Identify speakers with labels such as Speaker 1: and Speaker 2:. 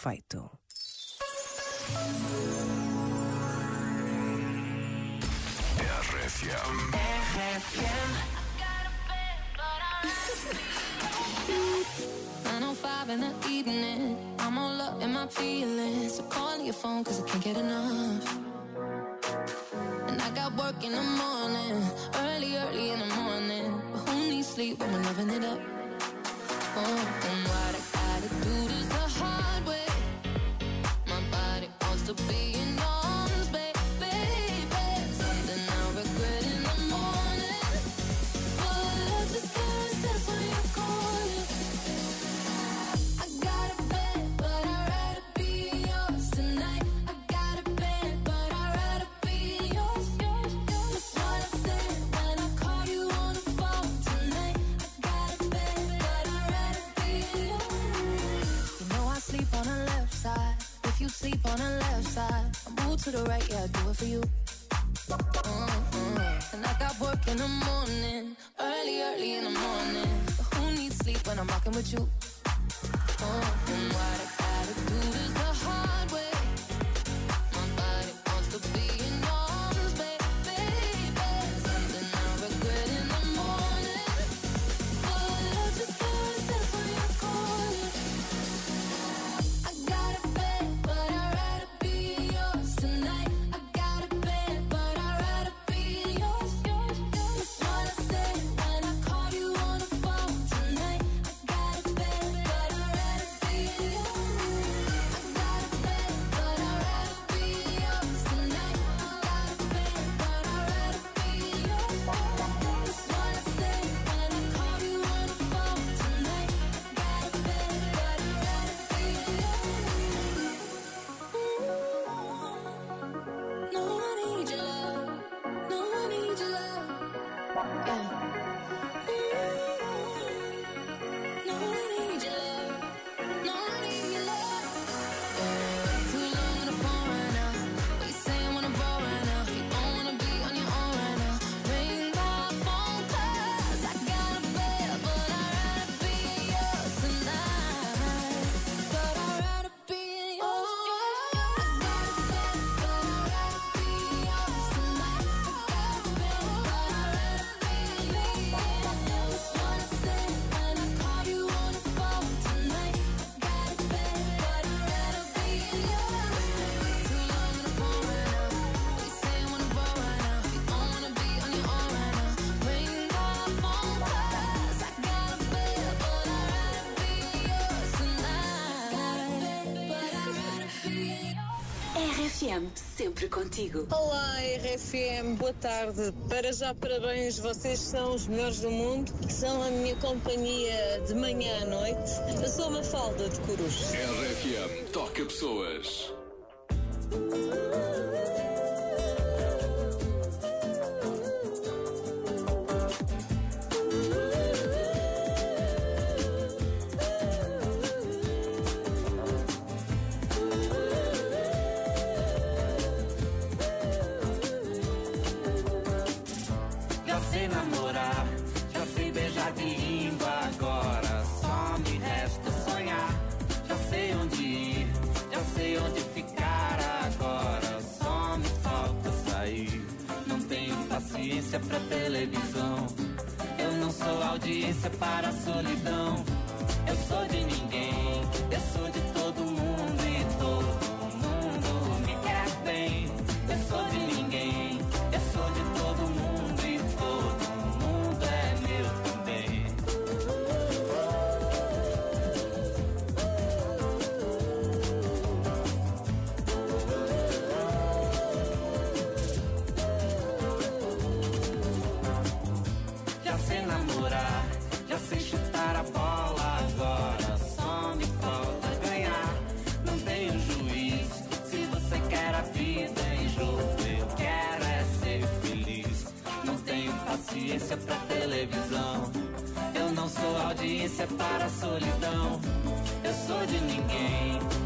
Speaker 1: perfeito.
Speaker 2: RFM.
Speaker 3: Nine oh five in the evening. I'm all up in my feelings. So call your phone cause I can't get enough. And I got work in the morning, early, early in the morning. But who needs sleep when we're loving it up? Oh, and what I gotta do this the hard way. My body wants to be in arms, ba- baby. Something I'll regret in the morning. But I just can't resist when you're calling. I got a bed, but I'd rather be yours tonight. I got a bed, but I'd rather be yours. That's what I said when I called you on the phone tonight. I got a bed, but I'd rather be yours. You know I sleep on the left side. If you sleep on the left side, I move to the right, yeah, I do it for you. Mm-mm. And I got work in the morning, early, early in the morning. But who needs sleep when I'm rocking with you? And what I gotta do is the hard way. My body wants to be in arms, baby. Something I regret in the morning, but I just can't resist when you're calling. I got a bed, but I'd rather be yours tonight. I got a bed, but I'd rather be yours. That's what I said when I called you on the phone tonight. I got a bed, but I'd rather be yours. I got a bed, but I'd rather be yours tonight. I got a bed, but I'd rather be yours. That's what I said when I called you on the phone tonight. I got a bed, but I'd rather be yours. No, I need your love. No, I need your love. Yeah. Mm-hmm. No, I need your love. No, I need your love. Yeah. Too long on the phone right now. What you saying when I'm bored right now? You don't wanna be on your own right now. Ring that phone 'cause I got a bed, but I'd rather be yours tonight. But I'd rather be yours. I got a bed, but I'd rather be yours tonight. I got a bed, but I'd rather be yours. That's what I said when I called you on the phone tonight. I got a bed, but I'd rather be yours. Too long on the phone right now. What you saying when I'm bored right now? You don't wanna be on your own right now. Ring that phone 'cause I got a bed, but I'd rather be yours tonight. Got a bed, but I'd rather be yours.
Speaker 4: RFM, sempre contigo.
Speaker 5: Olá, RFM, boa tarde. Para já, parabéns, vocês são os melhores do mundo, são a minha companhia de manhã à noite. Eu sou uma falda de coruja.
Speaker 2: RFM. Toca pessoas.
Speaker 6: Já sei namorar, já sei beijar de língua. Agora só me resta sonhar. Já sei onde ir, já sei onde ficar. Agora só me falta sair. Não tenho paciência pra televisão. Eu não sou audiência para a solidão. Eu sou de ninguém, eu sou de todo mundo e todo mundo me quer bem. Eu sou de ninguém, eu sou de todo mundo e todo mundo é meu também. Já sei namorar, já sei chutar a bola agora. Só me falta ganhar. Não tenho juiz. Se você quer a vida em jogo, eu quero é ser feliz. Não tenho paciência pra televisão. Eu não sou audiência para a solidão. Eu sou de ninguém, é